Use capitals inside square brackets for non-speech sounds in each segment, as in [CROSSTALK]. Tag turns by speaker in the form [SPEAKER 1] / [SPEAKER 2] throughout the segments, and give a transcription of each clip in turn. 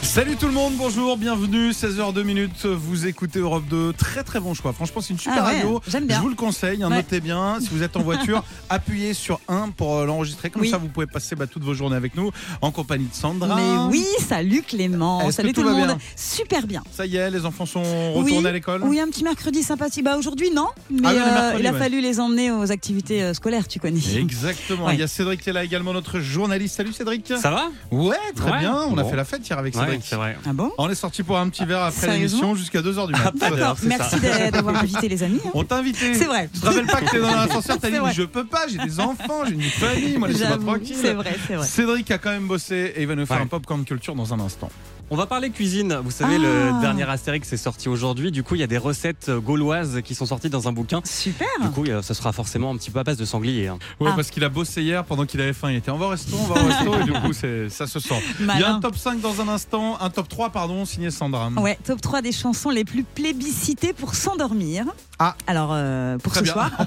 [SPEAKER 1] Salut tout le monde, bonjour, bienvenue, 16h2 minutes, vous écoutez Europe 2, très très bon choix, franchement c'est une super
[SPEAKER 2] Ah ouais,
[SPEAKER 1] radio,
[SPEAKER 2] j'aime bien.
[SPEAKER 1] je vous le conseille, hein,
[SPEAKER 2] Ouais.
[SPEAKER 1] notez bien, si vous êtes en
[SPEAKER 2] [LAUGHS]
[SPEAKER 1] voiture, appuyez sur 1 pour euh, l'enregistrer, comme
[SPEAKER 2] Oui.
[SPEAKER 1] ça vous pouvez passer bah, toutes vos journées avec nous en compagnie de Sandra.
[SPEAKER 2] Mais oui, salut Clément,
[SPEAKER 1] Ah. Est-ce que
[SPEAKER 2] salut
[SPEAKER 1] tout
[SPEAKER 2] tout, le
[SPEAKER 1] va
[SPEAKER 2] monde.
[SPEAKER 1] bien
[SPEAKER 2] Super bien.
[SPEAKER 1] Ça y est, les enfants sont retournés
[SPEAKER 2] oui,
[SPEAKER 1] à l'école
[SPEAKER 2] Oui, un petit mercredi sympathique. Bah aujourd'hui non, mais
[SPEAKER 1] Ah oui, le
[SPEAKER 2] euh,
[SPEAKER 1] mercredi,
[SPEAKER 2] il a
[SPEAKER 1] ouais.
[SPEAKER 2] fallu les emmener aux activités euh, scolaires, tu connais.
[SPEAKER 1] Exactement,
[SPEAKER 2] Ouais.
[SPEAKER 1] il y a Cédric qui est là également, notre journaliste, salut Cédric
[SPEAKER 3] Ça va
[SPEAKER 1] Ouais, très
[SPEAKER 3] Ouais.
[SPEAKER 1] bien, on a
[SPEAKER 3] Bon.
[SPEAKER 1] fait la fête hier avec
[SPEAKER 3] Ouais,
[SPEAKER 1] Cédric.
[SPEAKER 3] c'est vrai.
[SPEAKER 2] Ah bon
[SPEAKER 1] on est sorti pour un petit verre après l'émission
[SPEAKER 2] Sérieusement
[SPEAKER 1] jusqu'à 2h du matin.
[SPEAKER 2] D'accord,
[SPEAKER 3] Ah, c'est
[SPEAKER 2] merci
[SPEAKER 1] [LAUGHS]
[SPEAKER 2] d'a- d'avoir invité les amis. hein.
[SPEAKER 1] On t'a invité.
[SPEAKER 2] C'est vrai.
[SPEAKER 1] Tu te rappelles pas que t'es dans l'ascenseur, t'as
[SPEAKER 2] C'est
[SPEAKER 1] dit
[SPEAKER 2] vrai.
[SPEAKER 1] je peux pas, j'ai des enfants, j'ai une famille, moi laissez-moi
[SPEAKER 2] J'avoue,
[SPEAKER 1] tranquille.
[SPEAKER 2] C'est vrai, c'est vrai.
[SPEAKER 1] Cédric a quand même bossé et il va nous faire
[SPEAKER 3] Ouais.
[SPEAKER 1] un popcorn culture dans un instant.
[SPEAKER 3] On va parler cuisine. Vous savez,
[SPEAKER 2] Ah.
[SPEAKER 3] le dernier Astérix est sorti aujourd'hui. Du coup, il y a des recettes gauloises qui sont sorties dans un bouquin.
[SPEAKER 2] Super.
[SPEAKER 3] Du coup, euh, ça sera forcément un petit peu à base de sanglier. hein.
[SPEAKER 1] Ouais,
[SPEAKER 2] Ah.
[SPEAKER 1] parce qu'il a bossé hier pendant qu'il avait faim. Il était on va au resto, on va au resto et du coup c'est- ça se sent. Il y a
[SPEAKER 2] Malin.
[SPEAKER 1] un top 5 dans un instant, un top 3 pardon, signé Sandra.
[SPEAKER 2] Ouais, top 3 des chansons les plus plébiscitées pour s'endormir.
[SPEAKER 1] Ah.
[SPEAKER 2] Alors euh, pour
[SPEAKER 1] Très
[SPEAKER 2] ce
[SPEAKER 1] bien.
[SPEAKER 2] soir, en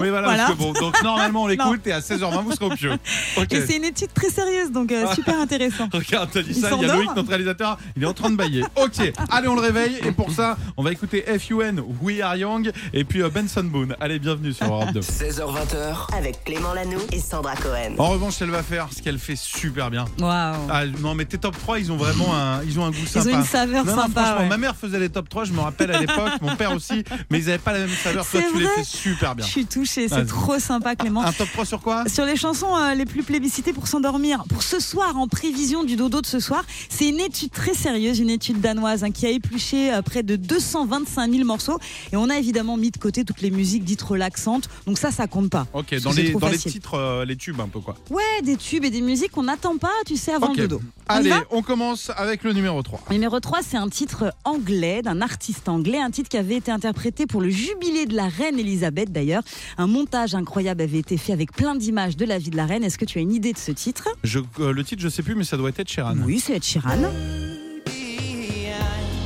[SPEAKER 1] [LAUGHS] Oui voilà, parce que bon, donc
[SPEAKER 2] [LAUGHS]
[SPEAKER 1] normalement on l'écoute et à 16h20 vous serez au pieu. Ok.
[SPEAKER 2] Et c'est une étude très sérieuse, donc euh, super intéressant.
[SPEAKER 1] Regarde, t'as dit
[SPEAKER 2] Il
[SPEAKER 1] ça, il y a
[SPEAKER 2] s'endort
[SPEAKER 1] Loïc, notre réalisateur, il est en train de bailler. Ok, allez, on le réveille. Et pour ça, on va écouter FUN, We Are Young, et puis euh, Benson Boone. Allez, bienvenue sur Europe 2.
[SPEAKER 4] 16h20h.
[SPEAKER 5] Avec Clément Lano et Sandra Cohen.
[SPEAKER 1] En revanche, elle va faire ce qu'elle fait super bien.
[SPEAKER 2] Waouh.
[SPEAKER 1] Ah, non, mais tes top 3, ils ont vraiment un, ils ont un goût sympa.
[SPEAKER 2] Ils ont une saveur
[SPEAKER 1] Non, non,
[SPEAKER 2] sympa.
[SPEAKER 1] franchement,
[SPEAKER 2] ouais.
[SPEAKER 1] ma mère faisait les top 3, je me rappelle à l'époque, mon père aussi, mais ils n'avaient pas la même saveur. Toi,
[SPEAKER 2] C'est
[SPEAKER 1] tu les
[SPEAKER 2] vrai.
[SPEAKER 1] fais super bien.
[SPEAKER 2] Je suis touchée,
[SPEAKER 1] Ah,
[SPEAKER 2] c'est trop sympa Clément.
[SPEAKER 1] Un top 3 sur quoi
[SPEAKER 2] Sur les chansons euh, les plus plébiscitées pour s'endormir, pour ce soir, en prévision du dodo de ce soir, c'est une étude très sérieuse, une étude danoise hein, qui a épluché euh, près de 225 000 morceaux. Et on a évidemment mis de côté toutes les musiques dites relaxantes. Donc ça, ça compte pas.
[SPEAKER 1] Ok,
[SPEAKER 2] Parce
[SPEAKER 1] dans,
[SPEAKER 2] que c'est
[SPEAKER 1] les,
[SPEAKER 2] trop
[SPEAKER 1] dans les
[SPEAKER 2] facile.
[SPEAKER 1] titres, euh, les tubes un peu quoi.
[SPEAKER 2] Ouais, des tubes et des musiques qu'on n'attend pas, tu sais, avant
[SPEAKER 1] Ok.
[SPEAKER 2] le dodo. On y
[SPEAKER 1] Allez,
[SPEAKER 2] va
[SPEAKER 1] on commence avec le numéro 3.
[SPEAKER 2] Numéro 3, c'est un titre anglais d'un artiste anglais, un titre qui avait été interprété pour le jubilé de la reine Elisabeth d'ailleurs. Un montage incroyable avait été fait avec plein d'images de la vie de la reine. Est-ce que tu as une idée de ce titre
[SPEAKER 1] Je, euh, le titre, je sais plus, mais ça doit être Sheeran.
[SPEAKER 2] Oui, c'est Ed Sheeran.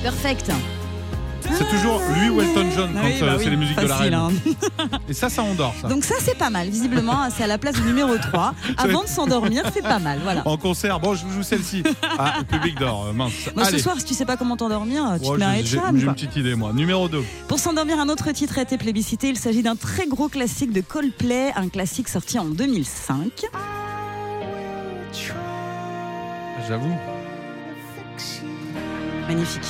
[SPEAKER 2] Perfect. bah
[SPEAKER 1] C'est toujours lui ou Elton John
[SPEAKER 2] Ah
[SPEAKER 1] quand euh, c'est les musiques de la reine. Et ça, ça on dort. Ça.
[SPEAKER 2] hein. Donc ça c'est pas mal, visiblement c'est à la place du numéro
[SPEAKER 1] [LAUGHS]
[SPEAKER 2] 3. Avant de s'endormir c'est pas mal, voilà.
[SPEAKER 1] En concert, bon, je vous joue celle-ci. Ah, le public dort, euh, mince.
[SPEAKER 2] Moi ce
[SPEAKER 1] Allez.
[SPEAKER 2] soir si tu sais pas comment t'endormir, tu
[SPEAKER 1] Oh,
[SPEAKER 2] te mets un
[SPEAKER 1] j'ai
[SPEAKER 2] Ed
[SPEAKER 1] j'ai-
[SPEAKER 2] Sheeran,
[SPEAKER 1] j'ai
[SPEAKER 2] quoi.
[SPEAKER 1] une petite idée, moi. Numéro 2.
[SPEAKER 2] Pour s'endormir un autre titre a été plébiscité, il s'agit d'un très gros classique de Coldplay, un classique sorti en 2005.
[SPEAKER 1] J'avoue.
[SPEAKER 2] Magnifique.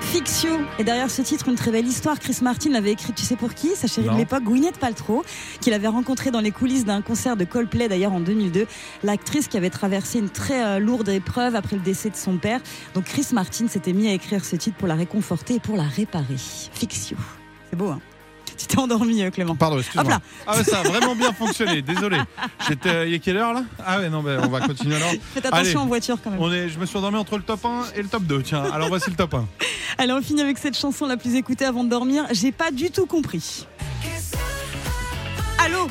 [SPEAKER 2] Fix You. Et derrière ce titre, une très belle histoire. Chris Martin l'avait écrit, tu sais pour qui Sa chérie
[SPEAKER 1] Non.
[SPEAKER 2] de l'époque, Gwyneth Paltrow, qu'il avait rencontrée dans les coulisses d'un concert de Coldplay d'ailleurs en 2002. L'actrice qui avait traversé une très euh, lourde épreuve après le décès de son père. Donc Chris Martin s'était mis à écrire ce titre pour la réconforter et pour la réparer. Fix You. C'est beau, hein Tu t'es endormi, euh, Clément.
[SPEAKER 1] Pardon,
[SPEAKER 2] Hop
[SPEAKER 1] excuse-moi.
[SPEAKER 2] là.
[SPEAKER 1] Ah ouais, ça a vraiment bien fonctionné. Désolé. J'étais. euh, Il est quelle heure là Ah ouais, non, ben, on va continuer alors.
[SPEAKER 2] Faites attention
[SPEAKER 1] Allez.
[SPEAKER 2] en voiture quand même.
[SPEAKER 1] On est, je me suis endormi entre le top 1 et le top 2. Tiens, alors voici le top 1.
[SPEAKER 2] Allez, on finit avec cette chanson la plus écoutée avant de dormir. J'ai pas du tout compris. Allô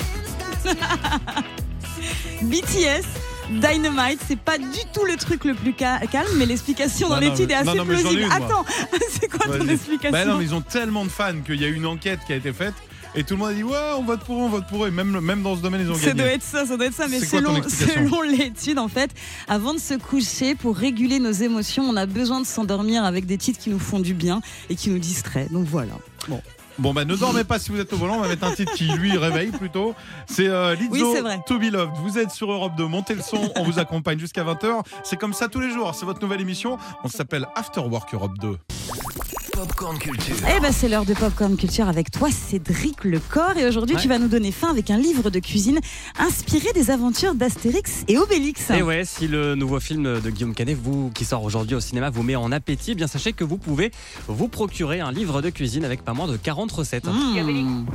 [SPEAKER 2] [LAUGHS] BTS, Dynamite, c'est pas du tout le truc le plus ca- calme, mais l'explication dans
[SPEAKER 1] Non, non,
[SPEAKER 2] l'étude
[SPEAKER 1] mais-
[SPEAKER 2] est assez
[SPEAKER 1] non, non, mais j'en ai
[SPEAKER 2] plausible.
[SPEAKER 1] une, moi.
[SPEAKER 2] Attends, [LAUGHS] c'est quoi ton
[SPEAKER 1] Vas-y.
[SPEAKER 2] explication
[SPEAKER 1] Bah non, mais ils ont tellement de fans qu'il y a eu une enquête qui a été faite et tout le monde a dit Ouais, on vote pour eux, on vote pour eux. Et même, même dans ce domaine, ils ont
[SPEAKER 2] Ça
[SPEAKER 1] gagné.
[SPEAKER 2] doit être ça, ça doit être ça. Mais
[SPEAKER 1] C'est quoi ton
[SPEAKER 2] [LAUGHS] selon,
[SPEAKER 1] explication
[SPEAKER 2] selon l'étude, en fait, avant de se coucher, pour réguler nos émotions, on a besoin de s'endormir avec des titres qui nous font du bien et qui nous distraient. Donc voilà.
[SPEAKER 1] Bon bah ne dormez pas si vous êtes au volant, on va mettre un titre qui lui réveille plutôt. C'est euh, Lizzo,
[SPEAKER 2] Oui, c'est vrai.
[SPEAKER 1] To Be Loved. Vous êtes sur Europe 2, montez le son, on vous accompagne jusqu'à 20h. C'est comme ça tous les jours, c'est votre nouvelle émission. On s'appelle After Work Europe 2.
[SPEAKER 4] Popcorn culture.
[SPEAKER 2] Eh ben c'est l'heure de Popcorn Culture avec toi Cédric Lecor et aujourd'hui
[SPEAKER 3] Ouais.
[SPEAKER 2] tu vas nous donner fin avec un livre de cuisine inspiré des aventures d'Astérix et Obélix.
[SPEAKER 3] Et ouais, si le nouveau film de Guillaume Canet, vous qui sort aujourd'hui au cinéma, vous met en appétit, eh bien sachez que vous pouvez vous procurer un livre de cuisine avec pas moins de 40 recettes.
[SPEAKER 2] Mmh.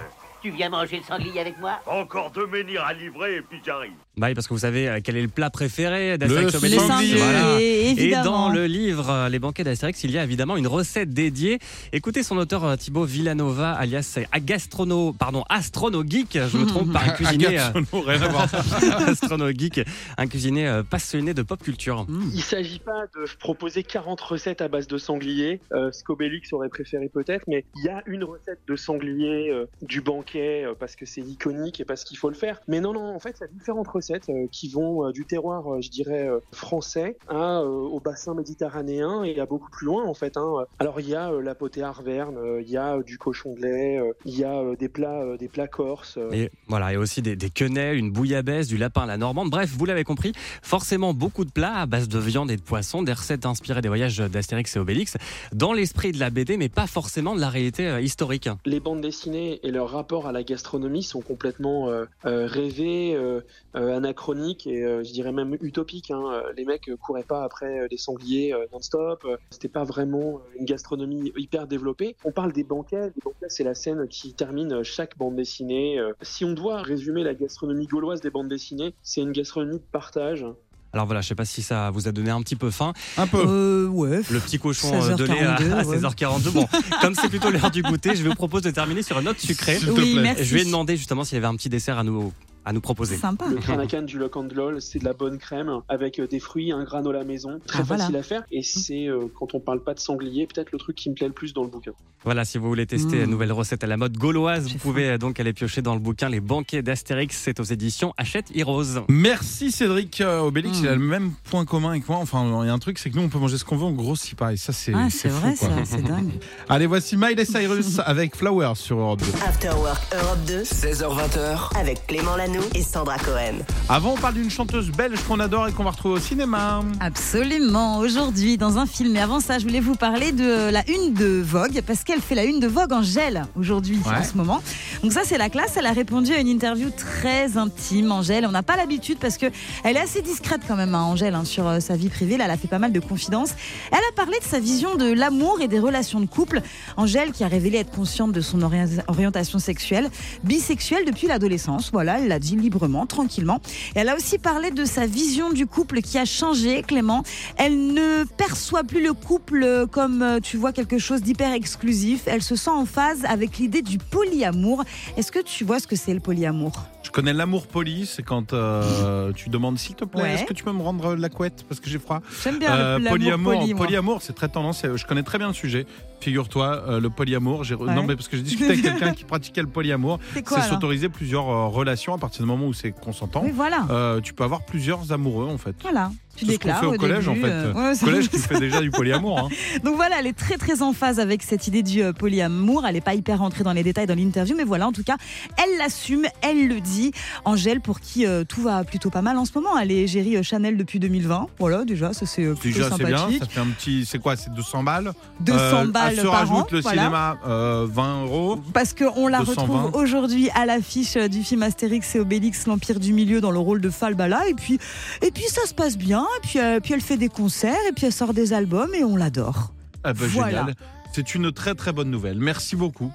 [SPEAKER 6] Tu viens manger le sanglier avec moi
[SPEAKER 7] Encore deux menhirs à livrer et puis j'arrive.
[SPEAKER 3] Bah oui, parce que vous savez euh, quel est le plat préféré d'Astérix
[SPEAKER 1] Le
[SPEAKER 2] Les
[SPEAKER 3] Obélix.
[SPEAKER 1] sanglier.
[SPEAKER 2] sangliers,
[SPEAKER 3] Voilà. Et
[SPEAKER 2] évidemment.
[SPEAKER 3] dans le livre euh, Les banquets d'Astérix, il y a évidemment une recette dédiée. Écoutez son auteur euh, Thibaut Villanova, alias euh, Agastrono, pardon, Astrono Geek, je me trompe,
[SPEAKER 1] Hmm.
[SPEAKER 3] par un
[SPEAKER 1] [LAUGHS]
[SPEAKER 3] cuisinier,
[SPEAKER 1] Agathe
[SPEAKER 2] hein.
[SPEAKER 1] Sono, rien à
[SPEAKER 2] [LAUGHS]
[SPEAKER 1] voir.
[SPEAKER 3] euh, Astrono Geek, un cuisinier euh, passionné de pop culture.
[SPEAKER 8] Il s'agit pas de proposer 40 recettes à base de sanglier, euh, ce qu'Obélix aurait préféré peut-être, mais il y a une recette de sanglier euh, du banquet Mickey euh, parce que c'est iconique et parce qu'il faut le faire. Mais non, non, en fait, il y a différentes recettes euh, qui vont euh, du terroir, euh, je dirais, euh, français à, euh, au bassin méditerranéen et à beaucoup plus loin, en fait. hein. Alors, il y a euh, la potée arverne, euh, il y a euh, du cochon de lait, euh, il y a euh, des plats, euh, des plats corses. euh,
[SPEAKER 3] Et voilà, et aussi des, des quenelles, une bouillabaisse, du lapin à la normande. Bref, vous l'avez compris, forcément beaucoup de plats à base de viande et de poisson, des recettes inspirées des voyages d'Astérix et Obélix, dans l'esprit de la BD, mais pas forcément de la réalité euh, historique.
[SPEAKER 8] les bandes dessinées et leur rapport à la gastronomie sont complètement euh, euh, rêvés, euh, euh, anachroniques et euh, je dirais même utopiques. hein. Euh, Les mecs euh, couraient pas après euh, des sangliers euh, non-stop. Euh, C'était pas vraiment euh, une gastronomie hyper développée. On parle des banquets. Les banquets, c'est la scène qui termine euh, chaque bande dessinée. Euh, Si on doit résumer la gastronomie gauloise des bandes dessinées, c'est une gastronomie de partage. hein.
[SPEAKER 3] Alors voilà, je sais pas si ça vous a donné un petit peu faim.
[SPEAKER 1] Un peu.
[SPEAKER 2] Euh, ouais.
[SPEAKER 3] Le petit cochon euh, de lait à, [LAUGHS]
[SPEAKER 2] 16h42,
[SPEAKER 3] à
[SPEAKER 2] ouais.
[SPEAKER 3] 16h42. Bon, comme c'est plutôt l'heure du goûter, je vous propose de terminer sur une note sucrée.
[SPEAKER 1] S'il te
[SPEAKER 2] Oui,
[SPEAKER 1] plaît.
[SPEAKER 2] merci.
[SPEAKER 3] Je lui ai demandé justement s'il avait un petit dessert à nous, à nous proposer.
[SPEAKER 2] Sympa.
[SPEAKER 8] Le crème à canne du Lock and Lol, c'est de la bonne crème avec euh, des fruits, un granola maison, très
[SPEAKER 2] Ah, voilà.
[SPEAKER 8] facile à faire. Et c'est euh, quand on parle pas de sanglier, peut-être le truc qui me plaît le plus dans le bouquin.
[SPEAKER 3] Voilà, si vous voulez tester la
[SPEAKER 2] Mm.
[SPEAKER 3] nouvelle recette à la mode gauloise, vous
[SPEAKER 2] J'ai
[SPEAKER 3] pouvez euh, donc aller piocher dans le bouquin Les banquets d'Astérix. C'est aux éditions Hachette Heroes.
[SPEAKER 1] Merci Cédric euh, Obélix,
[SPEAKER 2] Mm.
[SPEAKER 1] il a le même point commun avec moi. Enfin, il y a un truc, c'est que nous on peut manger ce qu'on veut, on grossit pareil. Ça c'est
[SPEAKER 2] Ah,
[SPEAKER 1] c'est
[SPEAKER 2] c'est
[SPEAKER 1] fou,
[SPEAKER 2] vrai,
[SPEAKER 1] quoi.
[SPEAKER 2] ça, c'est dingue.
[SPEAKER 1] Allez, voici Miley Cyrus [LAUGHS] avec Flowers sur Europe 2.
[SPEAKER 5] After Work Europe 2
[SPEAKER 4] 16h20h,
[SPEAKER 5] avec Clément Lanoux et Sandra Cohen.
[SPEAKER 1] Avant, on parle d'une chanteuse belge qu'on adore et qu'on va retrouver au cinéma.
[SPEAKER 2] Absolument, aujourd'hui dans un film. Mais avant ça, je voulais vous parler de la une de Vogue, parce qu'elle fait la une de Vogue en gel aujourd'hui,
[SPEAKER 1] Ouais.
[SPEAKER 2] en ce moment. Donc ça, c'est la classe. Elle a répondu à une interview très intime, Angèle. On n'a pas l'habitude parce que elle est assez discrète quand même, hein, Angèle, hein, sur euh, sa vie privée. Là, elle a fait pas mal de confidences. Elle a parlé de sa vision de l'amour et des relations de couple. Angèle, qui a révélé être consciente de son ori- orientation sexuelle, bisexuelle depuis l'adolescence. Voilà, elle l'a dit librement, tranquillement. Et elle a aussi parlé de sa vision du couple qui a changé, Clément. Elle ne perçoit plus le couple comme, euh, tu vois, quelque chose d'hyper exclusif. Elle se sent en phase avec l'idée du polyamour. Est-ce que tu vois ce que c'est le polyamour
[SPEAKER 1] Je connais l'amour poli, c'est quand
[SPEAKER 2] [LAUGHS]
[SPEAKER 1] euh, tu demandes s'il te plaît,
[SPEAKER 2] Ouais.
[SPEAKER 1] est-ce que tu peux me rendre de la couette parce que j'ai froid.
[SPEAKER 2] J'aime bien
[SPEAKER 1] Euh,
[SPEAKER 2] le
[SPEAKER 1] polyamour,
[SPEAKER 2] polyamour. poli, moi.
[SPEAKER 1] polyamour, c'est très tendance. euh, Je connais très bien le sujet. Figure-toi, euh, le polyamour. j'ai re-
[SPEAKER 2] Ouais.
[SPEAKER 1] Non, mais parce que j'ai discuté
[SPEAKER 2] [LAUGHS]
[SPEAKER 1] avec quelqu'un qui pratiquait le polyamour.
[SPEAKER 2] C'est quoi
[SPEAKER 1] C'est
[SPEAKER 2] alors
[SPEAKER 1] s'autoriser plusieurs euh, relations à partir du moment où c'est consentant.
[SPEAKER 2] Oui, voilà.
[SPEAKER 1] Euh, tu peux avoir plusieurs amoureux en fait.
[SPEAKER 2] Voilà. Tu
[SPEAKER 1] Tout ce qu'on
[SPEAKER 2] déclares
[SPEAKER 1] fait au,
[SPEAKER 2] au
[SPEAKER 1] collège
[SPEAKER 2] début,
[SPEAKER 1] en fait.
[SPEAKER 2] euh,
[SPEAKER 1] Au
[SPEAKER 2] ouais, [LAUGHS] c'est-
[SPEAKER 1] collège qui fait déjà du polyamour. hein.
[SPEAKER 2] [LAUGHS] Donc voilà, elle est très très en phase avec cette idée du euh, polyamour. Elle n'est pas hyper rentrée dans les détails dans l'interview, mais voilà, en tout cas, elle l'assume, elle le dit. Angèle, pour qui euh, tout va plutôt pas mal en ce moment, elle est gérie euh, Chanel depuis 2020. Voilà, déjà, ça c'est euh, plutôt
[SPEAKER 1] Déjà c'est bien,
[SPEAKER 2] sympathique.
[SPEAKER 1] ça fait un petit, c'est quoi, c'est 200 balles.
[SPEAKER 2] 200
[SPEAKER 1] Euh,
[SPEAKER 2] balles
[SPEAKER 1] à se
[SPEAKER 2] par an.
[SPEAKER 1] rajoute le
[SPEAKER 2] voilà.
[SPEAKER 1] cinéma, euh, 20 euros.
[SPEAKER 2] Parce qu'on la
[SPEAKER 1] 220.
[SPEAKER 2] retrouve aujourd'hui à l'affiche euh, du film Astérix et Obélix, l'Empire du Milieu, dans le rôle de Falbala. Et puis, et puis ça se passe bien. Et puis, euh, puis elle fait des concerts. Et puis elle sort des albums. Et on l'adore.
[SPEAKER 1] Ah bah,
[SPEAKER 2] Voilà.
[SPEAKER 1] génial. C'est une très très bonne nouvelle. Merci beaucoup.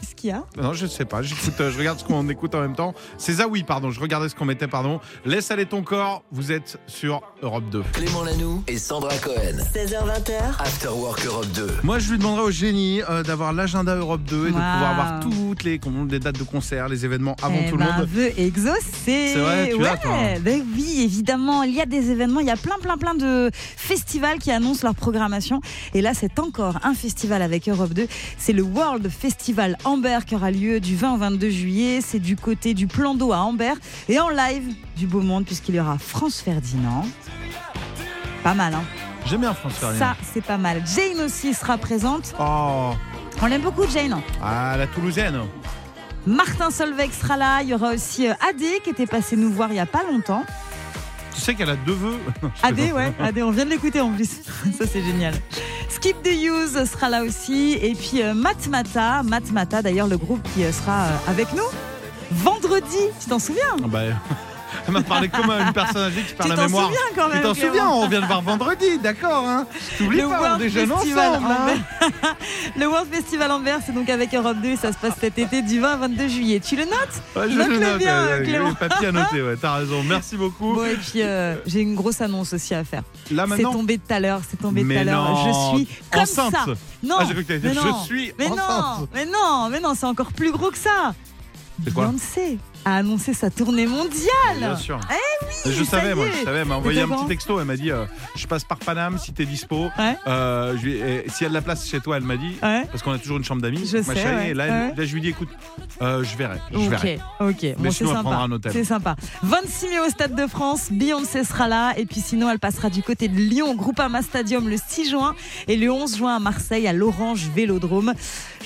[SPEAKER 2] Qu'est-ce qu'il y a
[SPEAKER 1] Non, je sais pas. J'écoute, euh, je regarde ce qu'on écoute en même temps. C'est Zawi, pardon. Je regardais ce qu'on mettait, pardon. Laisse aller ton corps. Vous êtes sur Europe 2.
[SPEAKER 4] Clément Lanoux et Sandra Cohen.
[SPEAKER 5] 16h20h,
[SPEAKER 4] After Work Europe 2.
[SPEAKER 1] Moi, je lui demanderai au génie euh, d'avoir l'agenda Europe 2 et de
[SPEAKER 2] Wow.
[SPEAKER 1] pouvoir avoir toutes les, les dates de concerts, les événements avant
[SPEAKER 2] Eh
[SPEAKER 1] tout
[SPEAKER 2] ben,
[SPEAKER 1] le monde.
[SPEAKER 2] vœu exaucé.
[SPEAKER 1] C'est vrai, tu l'as, toi. hein.
[SPEAKER 2] Ouais, ben oui, évidemment, il y a des événements, il y a plein, plein, plein de festivals qui annoncent leur programmation. Et là, c'est encore un festival avec Europe 2. C'est le World Festival Amber qui aura lieu du 20 au 22 juillet. C'est du côté du plan d'eau à Amber et en live du beau monde puisqu'il y aura France Ferdinand. Pas mal, hein
[SPEAKER 1] J'aime bien France Ferdinand.
[SPEAKER 2] Ça, c'est pas mal. Jane aussi sera présente.
[SPEAKER 1] Oh,
[SPEAKER 2] On l'aime beaucoup, Jane.
[SPEAKER 1] ah, la Toulousaine.
[SPEAKER 2] Martin Solveig sera là. Il y aura aussi euh, Adé qui était passé nous voir il y a pas longtemps.
[SPEAKER 1] Tu sais qu'elle a deux vœux. [LAUGHS] Non, je
[SPEAKER 2] AD,
[SPEAKER 1] plaisante.
[SPEAKER 2] Ah, ouais, AD, on vient de l'écouter en plus. [LAUGHS] Ça, c'est génial. Skip the Use sera là aussi. Et puis euh, Matmata, Matmata, d'ailleurs, le groupe qui euh, sera euh, avec nous vendredi. Tu t'en souviens
[SPEAKER 1] Ah bah, [LAUGHS] elle m'a parlé comme une personne âgée qui perd
[SPEAKER 2] Tu
[SPEAKER 1] la
[SPEAKER 2] t'en
[SPEAKER 1] mémoire.
[SPEAKER 2] souviens quand même
[SPEAKER 1] tu t'en
[SPEAKER 2] Clément
[SPEAKER 1] souviens, on vient de voir vendredi, d'accord hein T'oublies pas,
[SPEAKER 2] Le
[SPEAKER 1] on
[SPEAKER 2] World
[SPEAKER 1] déjeune
[SPEAKER 2] Festival
[SPEAKER 1] ensemble. hein.
[SPEAKER 2] Amber. le World Festival Anvers, c'est donc avec Europe 2 et ça se passe cet été du 20 au 22 juillet. Tu le notes
[SPEAKER 1] [LAUGHS] Ouais, je
[SPEAKER 2] Note-le
[SPEAKER 1] le note,
[SPEAKER 2] bien,
[SPEAKER 1] ouais, ouais,
[SPEAKER 2] Clément.
[SPEAKER 1] les papiers à
[SPEAKER 2] [LAUGHS]
[SPEAKER 1] noter, ouais, t'as raison. Merci beaucoup.
[SPEAKER 2] Bon, et puis euh, j'ai une grosse annonce aussi à faire.
[SPEAKER 1] Là
[SPEAKER 2] C'est
[SPEAKER 1] Ah, maintenant,
[SPEAKER 2] tombé tout à l'heure, c'est tombé tout
[SPEAKER 1] Mais
[SPEAKER 2] à l'heure.
[SPEAKER 1] non.
[SPEAKER 2] Je suis comme
[SPEAKER 1] enceinte.
[SPEAKER 2] ça. Non,
[SPEAKER 1] Ah, j'ai cru que t'allais
[SPEAKER 2] mais
[SPEAKER 1] dire,
[SPEAKER 2] non.
[SPEAKER 1] je suis
[SPEAKER 2] Mais
[SPEAKER 1] enceinte.
[SPEAKER 2] non, mais non, mais non, c'est encore plus gros que ça.
[SPEAKER 1] C'est quoi
[SPEAKER 2] Beyoncé a annoncé sa tournée
[SPEAKER 1] Bien
[SPEAKER 2] mondiale.
[SPEAKER 1] sûr.
[SPEAKER 2] Eh
[SPEAKER 1] Mais je
[SPEAKER 2] ça y
[SPEAKER 1] savais, moi,
[SPEAKER 2] est.
[SPEAKER 1] je savais. Elle m'a envoyé
[SPEAKER 2] t'as
[SPEAKER 1] un
[SPEAKER 2] quand
[SPEAKER 1] petit texto. Elle m'a dit euh, Je passe par Paname si t'es dispo.
[SPEAKER 2] Ouais.
[SPEAKER 1] Euh, je lui ai- eh, si y a de la place chez toi, elle m'a dit.
[SPEAKER 2] Ouais.
[SPEAKER 1] Parce qu'on a toujours une chambre d'amis.
[SPEAKER 2] Je sais,
[SPEAKER 1] chérie.
[SPEAKER 2] ouais.
[SPEAKER 1] Et là, elle-
[SPEAKER 2] Ouais.
[SPEAKER 1] là, je lui dis Écoute, euh, je verrai. Je verrai.
[SPEAKER 2] Ok, ok. Bon, c'est
[SPEAKER 1] sinon, elle prendra
[SPEAKER 2] sympa.
[SPEAKER 1] un hôtel.
[SPEAKER 2] C'est sympa. 26 mai au Stade de France, Beyoncé sera là. Et puis sinon, elle passera du côté de Lyon, au Groupama Stadium le 6 juin et le 11 juin à Marseille, à l'Orange Vélodrome.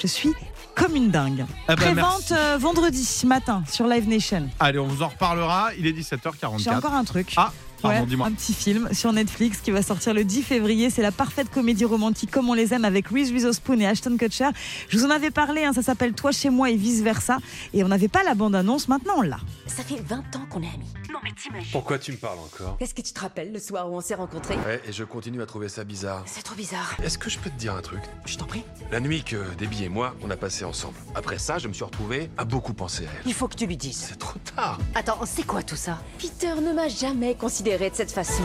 [SPEAKER 2] Je suis comme une dingue.
[SPEAKER 1] Ah bah,
[SPEAKER 2] Prévente
[SPEAKER 1] merci.
[SPEAKER 2] euh, vendredi matin sur Live Nation.
[SPEAKER 1] Allez, on vous en reparlera. Il est 17h44.
[SPEAKER 2] J'ai encore un truc.
[SPEAKER 1] Ah, pardon,
[SPEAKER 2] Ouais,
[SPEAKER 1] dis-moi.
[SPEAKER 2] un petit film sur Netflix qui va sortir le 10 février. C'est la parfaite comédie romantique comme on les aime avec Reese Witherspoon et Ashton Kutcher. Je vous en avais parlé, hein, ça s'appelle Toi chez moi et vice versa. Et on n'avait pas la bande annonce, maintenant on l'a.
[SPEAKER 9] Ça fait 20 ans qu'on est amis. Non mais t'imagines.
[SPEAKER 10] Pourquoi tu me parles encore
[SPEAKER 9] Est-ce que tu te rappelles le soir où on s'est rencontrés
[SPEAKER 10] Ouais, et je continue à trouver ça bizarre.
[SPEAKER 9] C'est trop bizarre.
[SPEAKER 10] Est-ce que je peux te dire un truc
[SPEAKER 9] Je t'en prie.
[SPEAKER 10] La nuit que Debbie et moi, on a passé ensemble. Après ça, je me suis retrouvé à beaucoup penser à elle.
[SPEAKER 9] Il faut que tu lui dises.
[SPEAKER 10] C'est trop tard
[SPEAKER 9] Attends, c'est quoi tout ça Peter ne m'a jamais considéré de cette façon.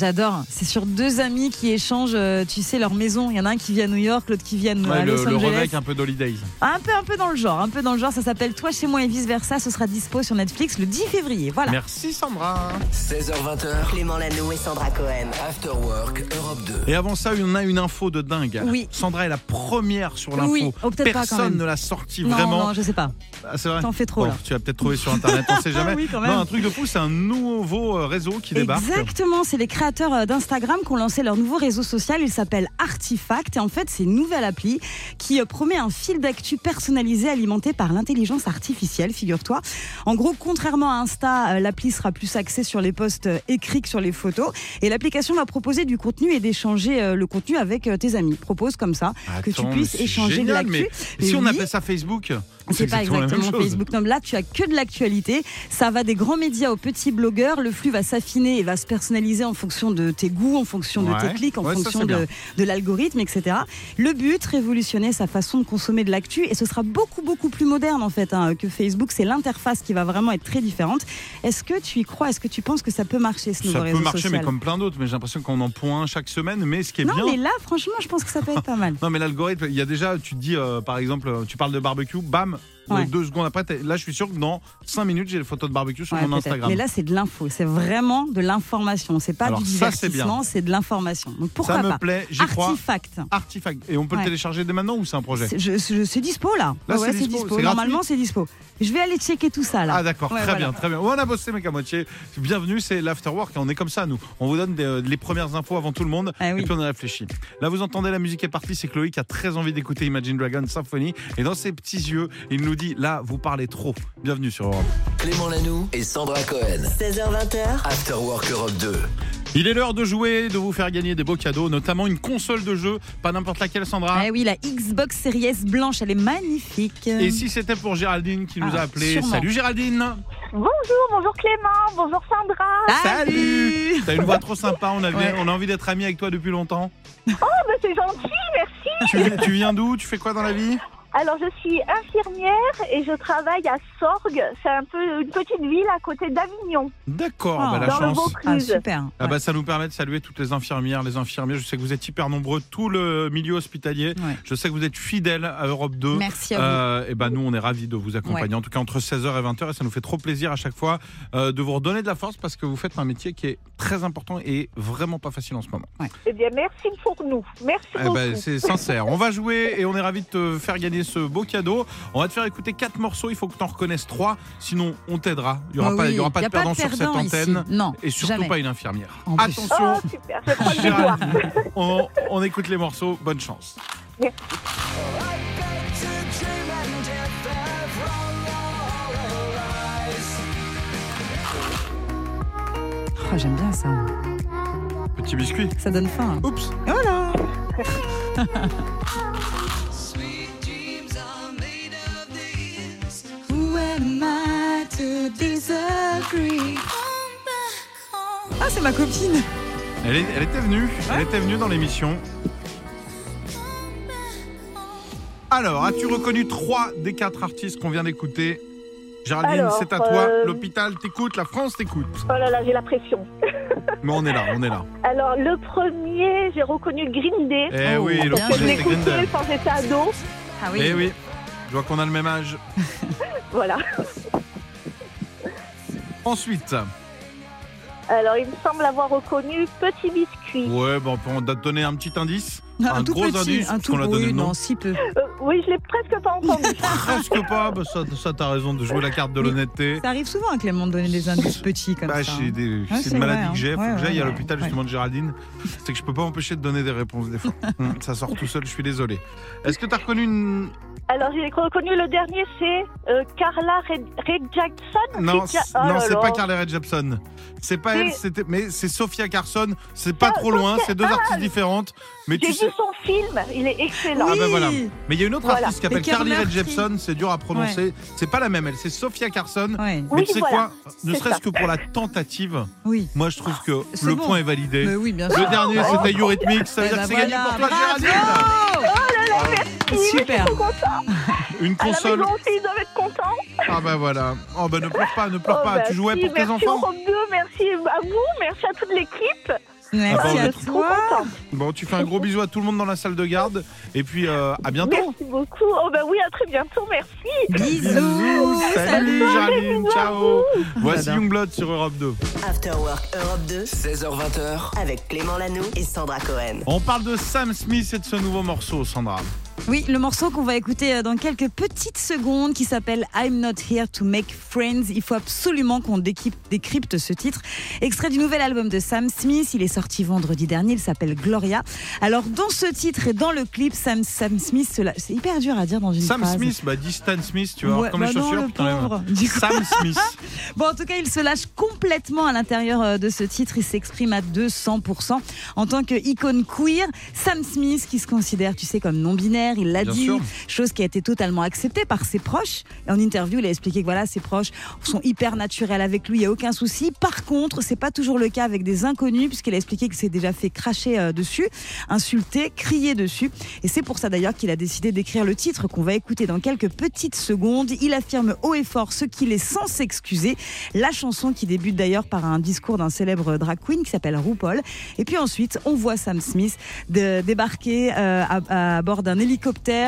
[SPEAKER 2] J'adore. hein. C'est sur deux amis qui échangent, euh, tu sais, leur maison. Il y en a un qui vit à New York, l'autre qui vit à New- à
[SPEAKER 1] Ouais, le,
[SPEAKER 2] Los
[SPEAKER 1] le
[SPEAKER 2] Angeles. Ah,
[SPEAKER 1] remake un peu d'Holidays.
[SPEAKER 2] Un peu, un peu dans le genre. Un peu dans le genre. Ça s'appelle Toi chez moi et vice versa. Ce sera dispo sur Netflix le 10 février. Voilà.
[SPEAKER 1] Merci, Sandra.
[SPEAKER 4] 16h20h,
[SPEAKER 5] Clément Lano et Sandra Cohen.
[SPEAKER 4] After Work Europe 2.
[SPEAKER 1] Et avant ça, on a une info de dingue.
[SPEAKER 2] Oui.
[SPEAKER 1] Sandra est la première sur l'info.
[SPEAKER 2] Oui. Oh, peut-être pas, quand
[SPEAKER 1] Personne
[SPEAKER 2] même.
[SPEAKER 1] ne l'a sortie
[SPEAKER 2] non,
[SPEAKER 1] vraiment.
[SPEAKER 2] non, je sais pas.
[SPEAKER 1] Ah, c'est vrai.
[SPEAKER 2] T'en fais trop,
[SPEAKER 1] Bon,
[SPEAKER 2] là.
[SPEAKER 1] Tu vas peut-être trouver sur internet, on
[SPEAKER 2] [LAUGHS]
[SPEAKER 1] sait jamais.
[SPEAKER 2] Oui, quand même.
[SPEAKER 1] non, un truc de fou, c'est un nouveau euh, réseau qui débarque.
[SPEAKER 2] Exactement, c'est les créateurs euh, d'Instagram qui ont lancé leur nouveau réseau social. Il s'appelle Artifact et en fait, c'est une nouvelle appli qui euh, promet un fil d'actu personnalisé alimenté par l'intelligence artificielle, figure-toi. En gros, contrairement à Insta, euh, l'appli sera plus axée sur les posts euh, écrits que sur les photos et l'application va proposer du contenu et d'échanger euh, le contenu avec euh, tes amis. Propose comme ça que tu
[SPEAKER 1] Attends,
[SPEAKER 2] puisses
[SPEAKER 1] mais c'est
[SPEAKER 2] échanger de
[SPEAKER 1] génial,
[SPEAKER 2] l'actu.
[SPEAKER 1] mais
[SPEAKER 2] Mais
[SPEAKER 1] si on
[SPEAKER 2] oui.
[SPEAKER 1] appelle ça Facebook,
[SPEAKER 2] C'est pas exactement
[SPEAKER 1] la même chose.
[SPEAKER 2] Facebook. Non, mais là, tu as que de l'actualité. Ça va des grands médias aux petits blogueurs. Le flux va s'affiner et va se personnaliser en fonction de tes goûts, en fonction de
[SPEAKER 1] Ouais.
[SPEAKER 2] tes clics, en
[SPEAKER 1] Ouais, ça,
[SPEAKER 2] fonction
[SPEAKER 1] c'est bien.
[SPEAKER 2] de, de l'algorithme, etc. Le but, révolutionner sa façon de consommer de l'actu. Et ce sera beaucoup, beaucoup plus moderne, en fait, hein, que Facebook. C'est l'interface qui va vraiment être très différente. Est-ce que tu y crois Est-ce que tu penses que ça peut marcher, ce nouveau
[SPEAKER 1] Ça peut
[SPEAKER 2] réseau
[SPEAKER 1] marcher,
[SPEAKER 2] social
[SPEAKER 1] mais comme plein d'autres. Mais j'ai l'impression qu'on en point un chaque semaine. Mais ce qui est
[SPEAKER 2] Non,
[SPEAKER 1] bien.
[SPEAKER 2] mais là, franchement, je pense que ça peut être pas mal.
[SPEAKER 1] Non, mais l'algorithme, il y a déjà, tu te dis, euh, par exemple, euh, tu parles de barbecue, bam,
[SPEAKER 2] Ouais.
[SPEAKER 1] deux secondes après, t'es- là, je suis sûr que dans cinq minutes, j'ai les photos de barbecue sur
[SPEAKER 2] Ouais,
[SPEAKER 1] mon
[SPEAKER 2] peut-être.
[SPEAKER 1] Instagram.
[SPEAKER 2] Mais là, c'est de l'info. C'est vraiment de l'information. C'est pas
[SPEAKER 1] Alors,
[SPEAKER 2] du
[SPEAKER 1] ça, c'est bien.
[SPEAKER 2] divertissement, c'est de l'information. Donc pourquoi
[SPEAKER 1] ça me
[SPEAKER 2] pas
[SPEAKER 1] plaît, j'y crois.
[SPEAKER 2] Artifact.
[SPEAKER 1] Artifact. Et on peut
[SPEAKER 2] Ouais.
[SPEAKER 1] le télécharger dès maintenant ou c'est un projet
[SPEAKER 2] C'est je- je- c'est dispo là.
[SPEAKER 1] Là,
[SPEAKER 2] Ouais,
[SPEAKER 1] c'est
[SPEAKER 2] ouais,
[SPEAKER 1] dispo, c'est gratuit.
[SPEAKER 2] Normalement, c'est dispo. Je vais aller checker tout ça là.
[SPEAKER 1] Ah d'accord,
[SPEAKER 2] Ouais,
[SPEAKER 1] très
[SPEAKER 2] voilà.
[SPEAKER 1] bien, très bien. On a bossé mec à moitié. Bienvenue, c'est l'afterwork et on est comme ça nous. On vous donne des- euh, les premières infos avant tout le monde
[SPEAKER 2] Ah oui.
[SPEAKER 1] et puis on a réfléchi. Là vous entendez la musique est partie, c'est Chloé qui a très envie d'écouter Imagine Dragon Symphony et dans ses petits yeux il nous dit là vous parlez trop. Bienvenue sur Europe.
[SPEAKER 4] Clément Lanoux et Sandra Cohen.
[SPEAKER 5] 16h20h,
[SPEAKER 4] After Work Europe 2.
[SPEAKER 1] Il est l'heure de jouer, de vous faire gagner des beaux cadeaux, notamment une console de jeu, pas n'importe laquelle Sandra.
[SPEAKER 2] Ah oui, la Xbox Series S blanche, elle est magnifique.
[SPEAKER 1] Et si c'était pour Géraldine qui nous a
[SPEAKER 2] Ah,
[SPEAKER 1] appelé.
[SPEAKER 2] sûrement.
[SPEAKER 1] Salut Géraldine.
[SPEAKER 11] Bonjour Clément, bonjour Sandra.
[SPEAKER 2] Salut
[SPEAKER 1] T'as une voix trop sympa, on a,
[SPEAKER 2] Ouais.
[SPEAKER 1] on a envie d'être amis avec toi depuis longtemps.
[SPEAKER 11] Oh, ben c'est gentil, merci.
[SPEAKER 1] tu, tu viens d'où Tu fais quoi dans la vie
[SPEAKER 11] Alors, je suis infirmière et je travaille à Sorgues. C'est un peu une petite ville à côté d'Avignon,
[SPEAKER 1] D'accord,
[SPEAKER 2] Ah,
[SPEAKER 1] bah, la
[SPEAKER 11] dans le
[SPEAKER 1] chance.
[SPEAKER 2] Ah,
[SPEAKER 11] Vaucluse.
[SPEAKER 2] super.
[SPEAKER 1] Ah bah ça nous permet de saluer toutes les infirmières, les infirmiers. Je sais que vous êtes hyper nombreux, tout le milieu hospitalier.
[SPEAKER 2] Ouais.
[SPEAKER 1] Je sais que vous êtes fidèles à Europe 2.
[SPEAKER 2] Merci à vous.
[SPEAKER 1] et ben nous on est ravis de vous accompagner. En tout cas entre 16h et 20h et ça nous fait trop plaisir à chaque fois euh, de vous redonner de la force parce que vous faites un métier qui est très important et vraiment pas facile en ce moment.
[SPEAKER 11] eh bien, merci pour nous. Merci
[SPEAKER 1] Eh
[SPEAKER 11] beaucoup.
[SPEAKER 1] ben, c'est sincère. On va jouer et on est ravis de te faire gagner ce beau cadeau. On va te faire écouter quatre morceaux. Il faut que tu en reconnaisses trois. Sinon, on t'aidera. Il n'y aura,
[SPEAKER 2] Ah
[SPEAKER 1] pas,
[SPEAKER 2] oui,
[SPEAKER 1] il y aura pas
[SPEAKER 2] y
[SPEAKER 1] de
[SPEAKER 2] a
[SPEAKER 1] perdant sur cette
[SPEAKER 2] perdant ici.
[SPEAKER 1] antenne.
[SPEAKER 2] Non.
[SPEAKER 1] Et surtout
[SPEAKER 2] jamais.
[SPEAKER 1] pas une infirmière.
[SPEAKER 2] En plus. Ah,
[SPEAKER 1] Attention,
[SPEAKER 11] Oh, super, je croise les doigts.
[SPEAKER 1] Géraldine, on, on écoute les morceaux. Bonne chance.
[SPEAKER 2] Oh, J'aime bien ça.
[SPEAKER 1] Petit biscuit.
[SPEAKER 2] Ça donne faim. hein.
[SPEAKER 1] Oups.
[SPEAKER 2] Voilà. Ah, c'est ma copine.
[SPEAKER 1] Elle, est- elle était venue.
[SPEAKER 11] Ah.
[SPEAKER 1] Elle était venue dans l'émission. Alors, as-tu reconnu trois des quatre artistes qu'on vient d'écouter Géraldine,
[SPEAKER 11] Alors,
[SPEAKER 1] c'est à toi.
[SPEAKER 11] euh,
[SPEAKER 1] L'hôpital t'écoute, la France t'écoute.
[SPEAKER 11] Oh là là, j'ai la pression.
[SPEAKER 1] Mais on est là, on est là.
[SPEAKER 11] Alors, le premier, j'ai reconnu le Green Day.
[SPEAKER 1] Eh
[SPEAKER 2] Oh,
[SPEAKER 1] oui,
[SPEAKER 2] bien
[SPEAKER 1] le
[SPEAKER 2] joué.
[SPEAKER 1] projet
[SPEAKER 11] que je
[SPEAKER 1] c'est Grindel.
[SPEAKER 11] l'écoutais quand j'étais ado.
[SPEAKER 2] Ah
[SPEAKER 1] Eh oui, je vois qu'on a le même âge.
[SPEAKER 11] [LAUGHS] Voilà.
[SPEAKER 1] Ensuite,
[SPEAKER 11] Alors, il me semble avoir reconnu Petit Biscuit.
[SPEAKER 1] ouais, bon, on peut donner un petit indice.
[SPEAKER 2] un tout
[SPEAKER 1] gros
[SPEAKER 2] petit,
[SPEAKER 1] indice,
[SPEAKER 2] un
[SPEAKER 1] parce
[SPEAKER 2] tout
[SPEAKER 1] qu'on l'a donné
[SPEAKER 2] oui,
[SPEAKER 1] le nom.
[SPEAKER 2] non, si peu.
[SPEAKER 11] Euh, oui, je l'ai presque pas entendu.
[SPEAKER 1] Presque pas, bah, ça, ça t'as raison de jouer la carte de
[SPEAKER 2] Mais-
[SPEAKER 1] l'honnêteté.
[SPEAKER 2] Ça arrive souvent à Clément de donner des indices petits comme
[SPEAKER 1] Bah,
[SPEAKER 2] ça. hein.
[SPEAKER 1] j'ai des-
[SPEAKER 2] Ouais,
[SPEAKER 1] c'est
[SPEAKER 2] c'est
[SPEAKER 1] une maladie
[SPEAKER 2] vrai, hein.
[SPEAKER 1] que j'ai, faut
[SPEAKER 2] Ouais,
[SPEAKER 1] que j'aille
[SPEAKER 2] ouais,
[SPEAKER 1] à
[SPEAKER 2] ouais.
[SPEAKER 1] l'hôpital justement de Géraldine. C'est que je peux pas m'empêcher de donner des réponses
[SPEAKER 2] [LAUGHS]
[SPEAKER 1] des fois. Hum, ça sort tout seul, je suis désolé. Est-ce que t'as reconnu une.
[SPEAKER 11] Alors, j'ai reconnu le dernier, c'est euh, Carla Red, Red Jackson.
[SPEAKER 1] Non,
[SPEAKER 11] Qui-
[SPEAKER 1] c'est-
[SPEAKER 11] Oh
[SPEAKER 1] non
[SPEAKER 11] là
[SPEAKER 1] c'est
[SPEAKER 11] là.
[SPEAKER 1] pas Carly Rae Jepsen. C'est pas elle,
[SPEAKER 11] C'est- Ah,
[SPEAKER 1] c'était- mais c'est Sophia Carson. C'est pas trop loin, c'est deux artistes différentes. Mais
[SPEAKER 11] J'ai
[SPEAKER 1] tu
[SPEAKER 11] vu
[SPEAKER 1] sais.
[SPEAKER 11] son film, il est excellent.
[SPEAKER 1] Ah
[SPEAKER 2] Oui.
[SPEAKER 1] ben voilà. Mais il y a une autre
[SPEAKER 11] Voilà.
[SPEAKER 1] artiste qui s'appelle
[SPEAKER 2] Mais
[SPEAKER 1] Carly Rae
[SPEAKER 2] Carly Rae.
[SPEAKER 1] Jepsen, c'est dur à prononcer. C'est pas la même, elle, c'est Sophia Carson.
[SPEAKER 2] Ouais.
[SPEAKER 1] Mais
[SPEAKER 11] Oui,
[SPEAKER 1] tu sais
[SPEAKER 11] voilà,
[SPEAKER 1] quoi Ne
[SPEAKER 11] c'est
[SPEAKER 1] serait-ce
[SPEAKER 11] ça.
[SPEAKER 1] que pour la tentative,
[SPEAKER 2] Oui.
[SPEAKER 1] moi je trouve que
[SPEAKER 2] C'est
[SPEAKER 1] le
[SPEAKER 2] bon.
[SPEAKER 1] point est validé.
[SPEAKER 2] Mais oui, bien sûr.
[SPEAKER 1] Le dernier, c'était Eurythmics. Ça veut
[SPEAKER 2] Eh
[SPEAKER 1] dire
[SPEAKER 2] ben
[SPEAKER 1] que c'est
[SPEAKER 2] voilà,
[SPEAKER 1] gagné pour toi,
[SPEAKER 2] bravo
[SPEAKER 1] Géraldine. Oh
[SPEAKER 2] Super.
[SPEAKER 1] Ah, bah, Une
[SPEAKER 11] À la
[SPEAKER 1] console.
[SPEAKER 11] maison aussi, ils doivent être contents.
[SPEAKER 1] Ah bah voilà. Oh bah ne pleure pas, ne pleure
[SPEAKER 11] Oh,
[SPEAKER 1] pas.
[SPEAKER 11] bah,
[SPEAKER 1] Tu jouais
[SPEAKER 11] si,
[SPEAKER 1] pour tes
[SPEAKER 11] merci
[SPEAKER 1] enfants
[SPEAKER 11] aux deux, merci à vous, merci à toute l'équipe.
[SPEAKER 1] Ah,
[SPEAKER 2] Merci
[SPEAKER 1] bah,
[SPEAKER 2] à
[SPEAKER 11] je suis trop
[SPEAKER 2] toi.
[SPEAKER 11] contente.
[SPEAKER 1] Bon, tu fais un gros bisou à tout le monde dans la salle de garde. Et puis, euh, à bientôt.
[SPEAKER 11] Merci beaucoup. Oh bah oui, à très bientôt, merci.
[SPEAKER 2] Bisous.
[SPEAKER 1] Salut, Géraldine.
[SPEAKER 11] bisous à
[SPEAKER 1] Ciao. Voici
[SPEAKER 2] J'adore.
[SPEAKER 1] Youngblood sur Europe 2.
[SPEAKER 5] After Work Europe 2
[SPEAKER 4] 16h20h,
[SPEAKER 5] avec Clément Lanoux et Sandra Cohen.
[SPEAKER 1] On parle de Sam Smith et de ce nouveau morceau, Sandra.
[SPEAKER 2] Oui, le morceau qu'on va écouter euh, dans quelques petites secondes qui s'appelle I'm Not Here to Make Friends. Il faut absolument qu'on déquip- décrypte ce titre. Extrait du nouvel album de Sam Smith. Il est sorti vendredi dernier. Il s'appelle Gloria. Alors, dans ce titre et dans le clip, Sam, Sam Smith, cela- c'est hyper dur à dire dans une
[SPEAKER 1] Sam
[SPEAKER 2] phrase.
[SPEAKER 1] Smith, bah dis Stan Smith, tu vois,
[SPEAKER 2] Ouais,
[SPEAKER 1] comme les
[SPEAKER 2] bah non,
[SPEAKER 1] chaussures.
[SPEAKER 2] le
[SPEAKER 1] putain, les-
[SPEAKER 2] pauvre. [LAUGHS] Du coup-
[SPEAKER 1] Sam Smith.
[SPEAKER 2] Bon, en tout cas, il se lâche complètement à l'intérieur euh, de ce titre. Il s'exprime à 200%. En tant que icône queer, Sam Smith, qui se considère, tu sais, comme non-binaire, il l'a
[SPEAKER 1] Bien
[SPEAKER 2] dit,
[SPEAKER 1] sûr.
[SPEAKER 2] chose qui a été totalement acceptée par ses proches. En interview, il a expliqué que voilà, ses proches sont hyper naturels avec lui, il n'y a aucun souci. Par contre, c'est pas toujours le cas avec des inconnus, puisqu'il a expliqué que s'est déjà fait cracher euh, dessus, insulter, crier dessus. Et c'est pour ça d'ailleurs qu'il a décidé d'écrire le titre qu'on va écouter dans quelques petites secondes. Il affirme haut et fort ce qu'il est sans s'excuser. La chanson qui débute d'ailleurs par un discours d'un célèbre drag queen qui s'appelle RuPaul. Et puis ensuite, on voit Sam Smith de- débarquer euh, à, à bord d'un hélicoptère.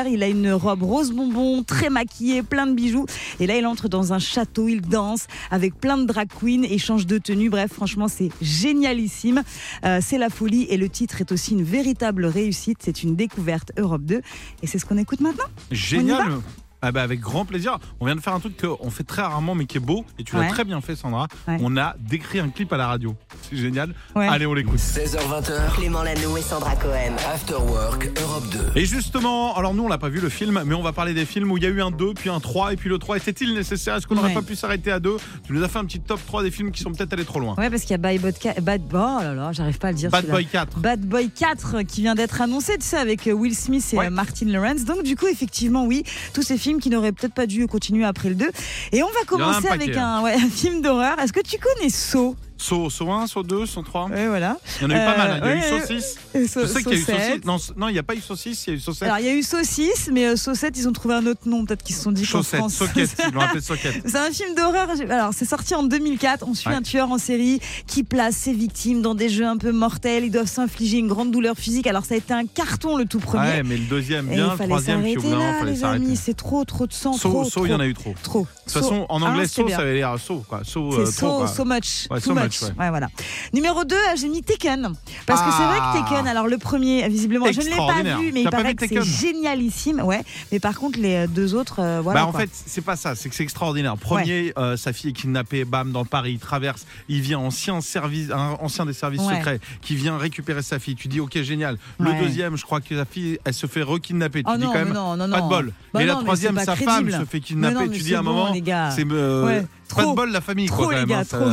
[SPEAKER 2] Il a une robe rose bonbon, très maquillée, plein de bijoux. Et là, il entre dans un château, il danse avec plein de drag queens, et change de tenue. Bref, franchement, c'est génialissime. Euh, c'est la folie et le titre est aussi une véritable réussite. C'est une découverte Europe 2 et c'est ce qu'on écoute maintenant.
[SPEAKER 1] Génial. Ah bah avec grand plaisir. On vient de faire un truc qu'on fait très rarement mais qui est beau. Et tu l'as
[SPEAKER 2] Ouais.
[SPEAKER 1] très bien fait, Sandra.
[SPEAKER 2] Ouais.
[SPEAKER 1] On a décrit un clip à la radio. C'est génial.
[SPEAKER 2] Ouais.
[SPEAKER 1] Allez, on l'écoute.
[SPEAKER 4] 16h20h,
[SPEAKER 5] Clément Lanoux et Sandra Cohen.
[SPEAKER 4] After Work Europe 2.
[SPEAKER 1] Et justement, alors nous on l'a pas vu le film, mais on va parler des films où il y a eu un 2, puis un 3, et puis le 3 était-il nécessaire Est-ce qu'on n'aurait
[SPEAKER 2] Ouais.
[SPEAKER 1] pas pu s'arrêter à 2 Tu nous as fait un petit top 3 des films qui sont peut-être allés trop loin.
[SPEAKER 2] Ouais, parce qu'il y a Bad Boy 4. Bad Boy, oh là là, j'arrive pas à le dire.
[SPEAKER 1] Bad
[SPEAKER 2] celui-là.
[SPEAKER 1] Boy 4.
[SPEAKER 2] Bad Boy 4 qui vient d'être annoncé, tu sais, avec euh, Will Smith et
[SPEAKER 1] Ouais.
[SPEAKER 2] euh, Martin Lawrence. Donc, du coup, effectivement, oui, tous ces films qui n'auraient peut-être pas dû continuer après le 2. Et on va
[SPEAKER 1] en a un
[SPEAKER 2] commencer
[SPEAKER 1] paquet,
[SPEAKER 2] avec
[SPEAKER 1] hein.
[SPEAKER 2] un, ouais, [LAUGHS] un film d'horreur. Est-ce que tu connais Saw
[SPEAKER 1] Saut, saut 1, saut 2, saut 3.
[SPEAKER 2] Ouais, voilà.
[SPEAKER 1] Il y en a eu pas
[SPEAKER 2] Euh,
[SPEAKER 1] mal. hein. Il y a
[SPEAKER 2] ouais,
[SPEAKER 1] eu saucisse.
[SPEAKER 2] Et
[SPEAKER 1] Je sais
[SPEAKER 2] Saw- Saw
[SPEAKER 1] qu'il y a eu
[SPEAKER 2] 7.
[SPEAKER 1] saucisse. Non, c- non, il n'y a pas eu saucisse, il y a eu saucette.
[SPEAKER 2] Alors, il y a eu Saw 6, mais euh, Saw 7, ils ont trouvé un autre nom. Peut-être qu'ils se sont dit qu'en
[SPEAKER 1] Chaussette,
[SPEAKER 2] France.
[SPEAKER 1] soquette, ils l'ont appelé soquette.
[SPEAKER 2] [LAUGHS] C'est un film d'horreur. Alors, c'est sorti en 2004. On suit
[SPEAKER 1] Ouais.
[SPEAKER 2] un tueur en série qui place ses victimes dans des jeux un peu mortels. Ils doivent s'infliger une grande douleur physique. Alors, ça a été un carton, le tout premier.
[SPEAKER 1] Ouais, mais le deuxième
[SPEAKER 2] Et
[SPEAKER 1] bien,
[SPEAKER 2] il
[SPEAKER 1] le
[SPEAKER 2] fallait
[SPEAKER 1] troisième, puis au bout
[SPEAKER 2] s'arrêter
[SPEAKER 1] d'un moment,
[SPEAKER 2] là,
[SPEAKER 1] fallait
[SPEAKER 2] les
[SPEAKER 1] s'arrêter.
[SPEAKER 2] amis. C'est trop, trop de sang.
[SPEAKER 1] Saut,
[SPEAKER 2] trop,
[SPEAKER 1] saut, il y en
[SPEAKER 2] trop,
[SPEAKER 1] a eu trop. De
[SPEAKER 2] Trop.
[SPEAKER 1] toute
[SPEAKER 2] De
[SPEAKER 1] façon, en anglais, saut, ça veut dire saut, quoi. Saut, euh,
[SPEAKER 2] c'est
[SPEAKER 1] trop, quoi.
[SPEAKER 2] so, so much.
[SPEAKER 1] Ouais,
[SPEAKER 2] too
[SPEAKER 1] so
[SPEAKER 2] much.
[SPEAKER 1] much, ouais.
[SPEAKER 2] Ouais, voilà. Numéro 2, j'ai mis Taken. Parce que c'est vrai
[SPEAKER 1] Ah.
[SPEAKER 2] que Taken, alors le premier, visiblement, je ne l'ai pas
[SPEAKER 1] Extraordinaire.
[SPEAKER 2] vu, mais il
[SPEAKER 1] T'as pas
[SPEAKER 2] paraît
[SPEAKER 1] vu
[SPEAKER 2] que c'est
[SPEAKER 1] Taken
[SPEAKER 2] génialissime. Ouais. Mais par contre, les deux autres, euh, voilà.
[SPEAKER 1] bah en
[SPEAKER 2] quoi.
[SPEAKER 1] fait c'est pas ça, c'est que c'est extraordinaire. Premier, euh, sa fille est kidnappée, bam dans Paris, il traverse, il vient ancien service, un ancien des services
[SPEAKER 2] Ouais.
[SPEAKER 1] secrets, qui vient récupérer sa fille. Tu dis ok génial. Le
[SPEAKER 2] Ouais.
[SPEAKER 1] deuxième, je crois que sa fille, elle se fait rekidnapper. Tu
[SPEAKER 2] Oh
[SPEAKER 1] dis
[SPEAKER 2] non,
[SPEAKER 1] quand même
[SPEAKER 2] mais non, non,
[SPEAKER 1] pas de
[SPEAKER 2] non.
[SPEAKER 1] bol.
[SPEAKER 2] Bah
[SPEAKER 1] et
[SPEAKER 2] non,
[SPEAKER 1] la
[SPEAKER 2] mais
[SPEAKER 1] troisième,
[SPEAKER 2] c'est
[SPEAKER 1] sa
[SPEAKER 2] pas
[SPEAKER 1] femme
[SPEAKER 2] crédible.
[SPEAKER 1] se fait
[SPEAKER 2] Mais
[SPEAKER 1] kidnapper.
[SPEAKER 2] non, mais
[SPEAKER 1] tu dis
[SPEAKER 2] c'est
[SPEAKER 1] à un
[SPEAKER 2] bon,
[SPEAKER 1] moment,
[SPEAKER 2] les gars.
[SPEAKER 1] c'est euh,
[SPEAKER 2] Ouais,
[SPEAKER 1] pas de
[SPEAKER 2] trop.
[SPEAKER 1] bol la famille quoi
[SPEAKER 2] Trop,
[SPEAKER 1] quand
[SPEAKER 2] les
[SPEAKER 1] même.
[SPEAKER 2] gars,
[SPEAKER 1] hein, ça-
[SPEAKER 2] trop.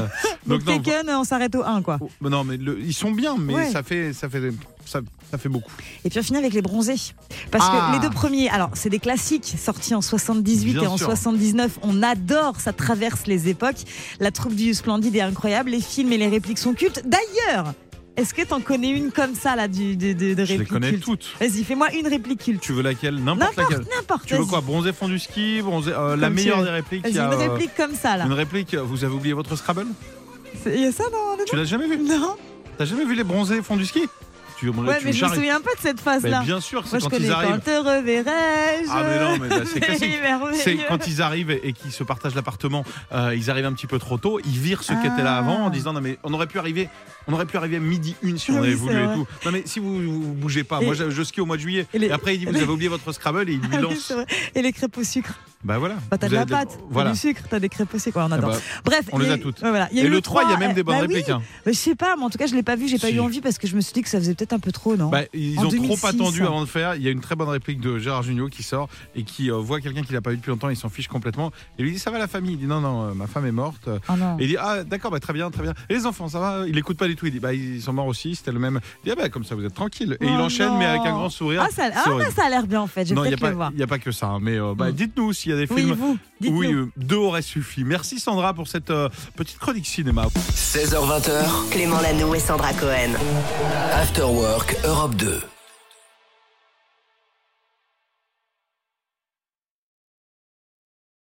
[SPEAKER 1] Donc
[SPEAKER 2] Donc
[SPEAKER 1] non,
[SPEAKER 2] Taken, on s'arrête au 1, quoi.
[SPEAKER 1] faut- non, mais le- ils sont bien, mais
[SPEAKER 2] Ouais.
[SPEAKER 1] ça fait ça fait ça, ça fait beaucoup.
[SPEAKER 2] Et puis on finit avec les bronzés. Parce
[SPEAKER 1] Ah.
[SPEAKER 2] que les deux premiers, alors c'est des classiques sortis en 78
[SPEAKER 1] Bien
[SPEAKER 2] et en
[SPEAKER 1] sûr.
[SPEAKER 2] 79. On adore, ça traverse les époques. La troupe du Splendide est incroyable. Les films et les répliques sont cultes. D'ailleurs, est-ce que t'en connais une comme ça, là, du, de, de, de
[SPEAKER 1] Je les
[SPEAKER 2] réplique
[SPEAKER 1] connais
[SPEAKER 2] culte
[SPEAKER 1] toutes.
[SPEAKER 2] Vas-y, fais-moi une réplique culte.
[SPEAKER 1] Tu veux laquelle N'importe
[SPEAKER 2] N'importe,
[SPEAKER 1] laquelle.
[SPEAKER 2] n'importe.
[SPEAKER 1] Tu veux
[SPEAKER 2] vas-y.
[SPEAKER 1] quoi Bronzé fond du ski, bronzé, euh, la
[SPEAKER 2] Comme tu
[SPEAKER 1] meilleure
[SPEAKER 2] veux.
[SPEAKER 1] des répliques.
[SPEAKER 2] Vas-y,
[SPEAKER 1] il y a,
[SPEAKER 2] une
[SPEAKER 1] euh,
[SPEAKER 2] réplique comme ça, là.
[SPEAKER 1] Une réplique, vous avez oublié votre Scrabble
[SPEAKER 2] C'est- Il y a ça dans...
[SPEAKER 1] Tu l'as jamais vu
[SPEAKER 2] Non
[SPEAKER 1] T'as jamais vu les bronzés fond du ski tu, mon gars,
[SPEAKER 2] Ouais,
[SPEAKER 1] tu
[SPEAKER 2] mais
[SPEAKER 1] me
[SPEAKER 2] je me
[SPEAKER 1] charries.
[SPEAKER 2] souviens pas de cette
[SPEAKER 1] Mais
[SPEAKER 2] phase-là.
[SPEAKER 1] bien sûr,
[SPEAKER 2] Moi,
[SPEAKER 1] c'est
[SPEAKER 2] je
[SPEAKER 1] quand
[SPEAKER 2] connais
[SPEAKER 1] ils
[SPEAKER 2] quand [LAUGHS]
[SPEAKER 1] arrivent.
[SPEAKER 2] te reverrai-je.
[SPEAKER 1] Ah mais non, mais là,
[SPEAKER 2] [LAUGHS]
[SPEAKER 1] c'est classique.
[SPEAKER 2] merveilleux.
[SPEAKER 1] C'est quand ils arrivent et et qu'ils se partagent l'appartement, euh, ils arrivent un petit peu trop tôt, ils virent ceux qui étaient là
[SPEAKER 2] Ah.
[SPEAKER 1] avant en disant non mais on aurait pu arriver, on aurait pu arriver à midi une si on
[SPEAKER 2] Oui,
[SPEAKER 1] avait
[SPEAKER 2] c'est
[SPEAKER 1] voulu et
[SPEAKER 2] vrai.
[SPEAKER 1] tout. Non mais si vous, vous bougez pas,
[SPEAKER 2] Et-
[SPEAKER 1] moi je, je skie au mois de juillet.
[SPEAKER 2] et
[SPEAKER 1] Et,
[SPEAKER 2] les-
[SPEAKER 1] après
[SPEAKER 2] [LAUGHS]
[SPEAKER 1] il dit vous
[SPEAKER 2] les-
[SPEAKER 1] avez oublié votre Scrabble et il lui
[SPEAKER 2] Ah oui,
[SPEAKER 1] lance.
[SPEAKER 2] c'est vrai. Et les crêpes au sucre.
[SPEAKER 1] Bah voilà.
[SPEAKER 2] Bah, t'as
[SPEAKER 1] Vous
[SPEAKER 2] de la
[SPEAKER 1] avez
[SPEAKER 2] pâte, t'as
[SPEAKER 1] Voilà.
[SPEAKER 2] du sucre, t'as des crêpes au sucre. Ouais, on
[SPEAKER 1] Ah
[SPEAKER 2] adore.
[SPEAKER 1] bah,
[SPEAKER 2] Bref,
[SPEAKER 1] on
[SPEAKER 2] il y
[SPEAKER 1] les a
[SPEAKER 2] eu-
[SPEAKER 1] toutes.
[SPEAKER 2] ouais, voilà. Il y a
[SPEAKER 1] Et
[SPEAKER 2] eu
[SPEAKER 1] le 3, il y a même
[SPEAKER 2] euh,
[SPEAKER 1] des bonnes
[SPEAKER 2] bah oui.
[SPEAKER 1] répliques. hein.
[SPEAKER 2] Mais je sais pas, mais en tout cas, je l'ai pas vu, j'ai pas
[SPEAKER 1] Si.
[SPEAKER 2] eu envie parce que je me suis dit que ça faisait peut-être un peu trop, non
[SPEAKER 1] Bah, ils
[SPEAKER 2] Hein En
[SPEAKER 1] ont
[SPEAKER 2] 2006,
[SPEAKER 1] trop attendu
[SPEAKER 2] hein.
[SPEAKER 1] avant de faire. Il y a une très bonne réplique de Gérard Junior qui sort et qui euh, voit quelqu'un qu'il n'a pas vu depuis longtemps. Il s'en fiche complètement. Et lui dit Ça va la famille Il dit Non, non, euh, ma femme est morte.
[SPEAKER 2] Ah non.
[SPEAKER 1] Et il dit Ah, d'accord, bah, très bien, très bien. Et les enfants, ça va Il n'écoute pas du tout. Il dit Bah, ils sont morts aussi. C'était le même. Il dit Ah, bah, comme ça, vous êtes tranquille. Et
[SPEAKER 2] Oh
[SPEAKER 1] il enchaîne,
[SPEAKER 2] non.
[SPEAKER 1] mais avec un grand sourire.
[SPEAKER 2] Ah, ça, ah,
[SPEAKER 1] C'est horrible.
[SPEAKER 2] ça a l'air bien en fait, je vais
[SPEAKER 1] non, il n'y a,
[SPEAKER 2] peut-être le
[SPEAKER 1] pas-
[SPEAKER 2] voir.
[SPEAKER 1] il y a pas que ça. hein. Mais euh, bah,
[SPEAKER 2] Mm.
[SPEAKER 1] dites-nous s'il y a des
[SPEAKER 2] Oui,
[SPEAKER 1] films.
[SPEAKER 2] vous, dites-nous.
[SPEAKER 1] Oui, euh, deux auraient suffi. Merci Sandra pour cette euh, petite chronique cinéma.
[SPEAKER 4] 16h20h,
[SPEAKER 5] Clément Lanoux et Sandra Cohen.
[SPEAKER 4] After Work Europe 2.